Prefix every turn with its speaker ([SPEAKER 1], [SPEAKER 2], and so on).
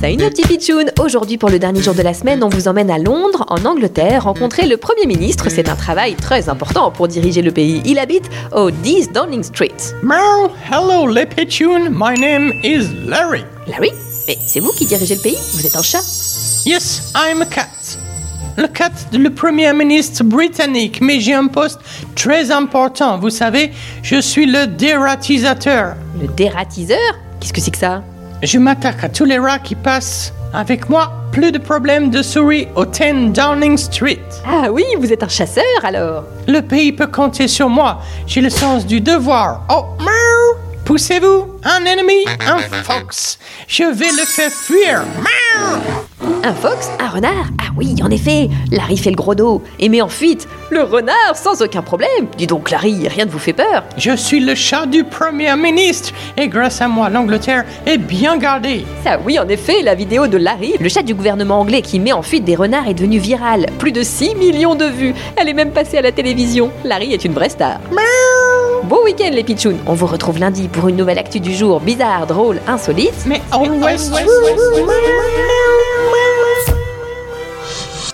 [SPEAKER 1] Salut nos petits pitchouns Aujourd'hui, pour le dernier jour de la semaine, on vous emmène à Londres, en Angleterre, rencontrer le Premier ministre. C'est un travail très important pour diriger le pays. Il habite au 10 Downing Street.
[SPEAKER 2] Meow, hello Lepichun, my name is Larry.
[SPEAKER 1] Larry Mais c'est vous qui dirigez le pays Vous êtes un chat
[SPEAKER 2] Yes, I'm a cat. Le cat, de le premier ministre britannique, mais j'ai un poste très important. Vous savez, je suis le dératisateur.
[SPEAKER 1] Le dératiseur Qu'est-ce que c'est que ça
[SPEAKER 2] Je m'attaque à tous les rats qui passent. Avec moi, plus de problèmes de souris au 10 Downing Street.
[SPEAKER 1] Ah oui, vous êtes un chasseur alors
[SPEAKER 2] Le pays peut compter sur moi. J'ai le sens du devoir. Oh, meow Poussez-vous Un ennemi Un fox Je vais le faire fuir Meow
[SPEAKER 1] Un fox Un renard Ah oui, en effet Larry fait le gros dos et met en fuite le renard sans aucun problème Dis donc, Larry, rien ne vous fait peur
[SPEAKER 2] Je suis le chat du Premier ministre et grâce à moi, l'Angleterre est bien gardée.
[SPEAKER 1] Ça oui, en effet, la vidéo de Larry, le chat du gouvernement anglais qui met en fuite des renards, est devenue virale. Plus de 6 millions de vues. Elle est même passée à la télévision. Larry est une vraie star. Bon week-end les pitchouns. On vous retrouve lundi pour une nouvelle actu du jour bizarre, drôle, insolite.
[SPEAKER 2] Mais always true.